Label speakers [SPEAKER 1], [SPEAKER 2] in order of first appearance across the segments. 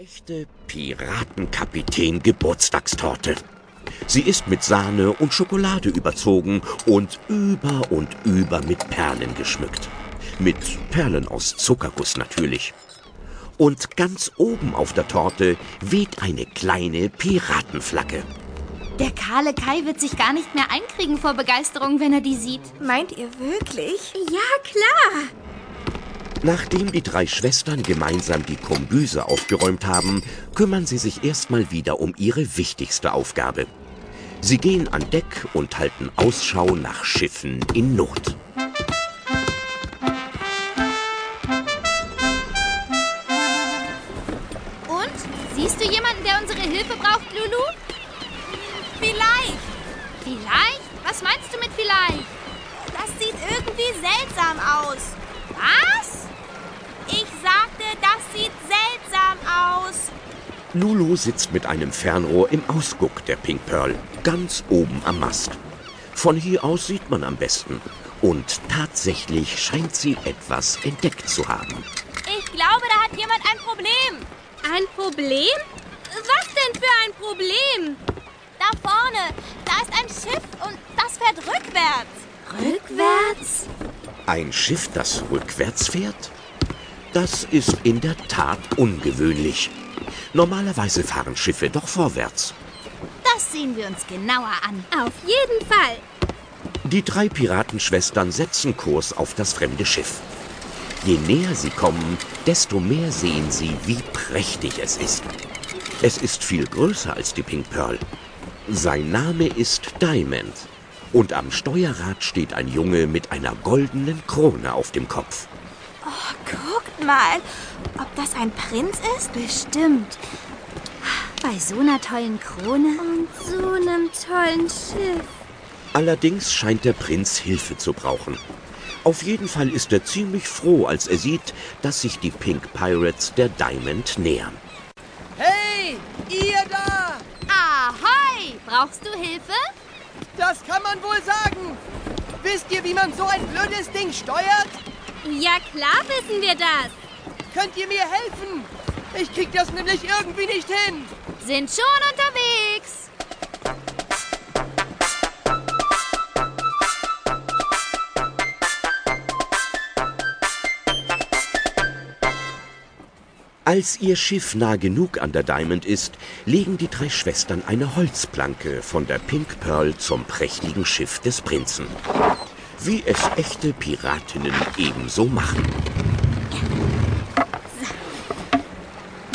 [SPEAKER 1] echte Piratenkapitän Geburtstagstorte. Sie ist mit Sahne und Schokolade überzogen und über und über mit Perlen geschmückt. Mit Perlen aus Zuckerguss natürlich. Und ganz oben auf der Torte weht eine kleine Piratenflagge.
[SPEAKER 2] Der kahle Kai wird sich gar nicht mehr einkriegen vor Begeisterung, wenn er die sieht.
[SPEAKER 3] Meint ihr wirklich?
[SPEAKER 2] Ja, klar.
[SPEAKER 1] Nachdem die drei Schwestern gemeinsam die Kombüse aufgeräumt haben, kümmern sie sich erstmal wieder um ihre wichtigste Aufgabe. Sie gehen an Deck und halten Ausschau nach Schiffen in Not.
[SPEAKER 2] Und? Siehst du jemanden, der unsere Hilfe braucht, Lulu?
[SPEAKER 3] Vielleicht.
[SPEAKER 2] Vielleicht? Was meinst du mit vielleicht?
[SPEAKER 3] Das sieht irgendwie seltsam aus.
[SPEAKER 2] Was?
[SPEAKER 3] Ich sagte, das sieht seltsam aus.
[SPEAKER 1] Lulu sitzt mit einem Fernrohr im Ausguck der Pink Pearl, ganz oben am Mast. Von hier aus sieht man am besten. Und tatsächlich scheint sie etwas entdeckt zu haben.
[SPEAKER 3] Ich glaube, da hat jemand ein Problem.
[SPEAKER 2] Ein Problem? Was denn für ein Problem?
[SPEAKER 3] Da vorne, da ist ein Schiff und das fährt rückwärts.
[SPEAKER 2] Rückwärts?
[SPEAKER 1] Ein Schiff, das rückwärts fährt? Das ist in der Tat ungewöhnlich. Normalerweise fahren Schiffe doch vorwärts.
[SPEAKER 2] Das sehen wir uns genauer an.
[SPEAKER 4] Auf jeden Fall.
[SPEAKER 1] Die drei Piratenschwestern setzen Kurs auf das fremde Schiff. Je näher sie kommen, desto mehr sehen sie, wie prächtig es ist. Es ist viel größer als die Pink Pearl. Sein Name ist Diamond. Und am Steuerrad steht ein Junge mit einer goldenen Krone auf dem Kopf.
[SPEAKER 3] Oh, guckt mal. Ob das ein Prinz ist?
[SPEAKER 2] Bestimmt. Bei so einer tollen Krone.
[SPEAKER 4] Und so einem tollen Schiff.
[SPEAKER 1] Allerdings scheint der Prinz Hilfe zu brauchen. Auf jeden Fall ist er ziemlich froh, als er sieht, dass sich die Pink Pirates der Diamond nähern.
[SPEAKER 5] Hey, ihr da!
[SPEAKER 2] Ahoi! Brauchst du Hilfe?
[SPEAKER 5] Das kann man wohl sagen. Wisst ihr, wie man so ein blödes Ding steuert?
[SPEAKER 4] Ja, klar wissen wir das.
[SPEAKER 5] Könnt ihr mir helfen? Ich krieg das nämlich irgendwie nicht hin.
[SPEAKER 2] Sind schon unterwegs.
[SPEAKER 1] Als ihr Schiff nah genug an der Diamond ist, legen die drei Schwestern eine Holzplanke von der Pink Pearl zum prächtigen Schiff des Prinzen. Wie es echte Piratinnen ebenso machen.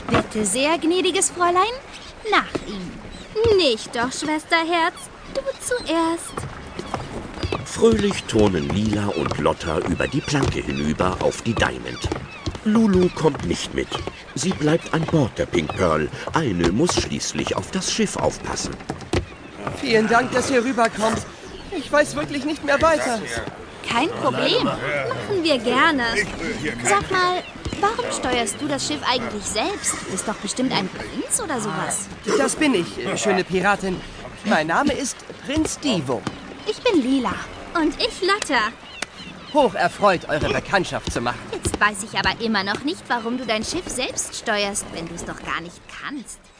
[SPEAKER 2] Bitte sehr, gnädiges Fräulein. Nach ihm.
[SPEAKER 4] Nicht doch, Schwesterherz. Du zuerst.
[SPEAKER 1] Fröhlich turnen Lila und Lotta über die Planke hinüber auf die Diamond. Lulu kommt nicht mit. Sie bleibt an Bord der Pink Pearl. Eine muss schließlich auf das Schiff aufpassen.
[SPEAKER 5] Vielen Dank, dass ihr rüberkommt. Ich weiß wirklich nicht mehr weiter.
[SPEAKER 2] Kein Problem.
[SPEAKER 4] Machen wir gerne.
[SPEAKER 2] Sag mal, warum steuerst du das Schiff eigentlich selbst? Bist doch bestimmt ein Prinz oder sowas.
[SPEAKER 5] Das bin ich, äh, schöne Piratin. Mein Name ist Prinz Divo.
[SPEAKER 2] Ich bin Lila.
[SPEAKER 4] Und ich Lotta.
[SPEAKER 5] Hoch erfreut, eure Bekanntschaft zu machen.
[SPEAKER 2] Jetzt weiß ich aber immer noch nicht, warum du dein Schiff selbst steuerst, wenn du es doch gar nicht kannst.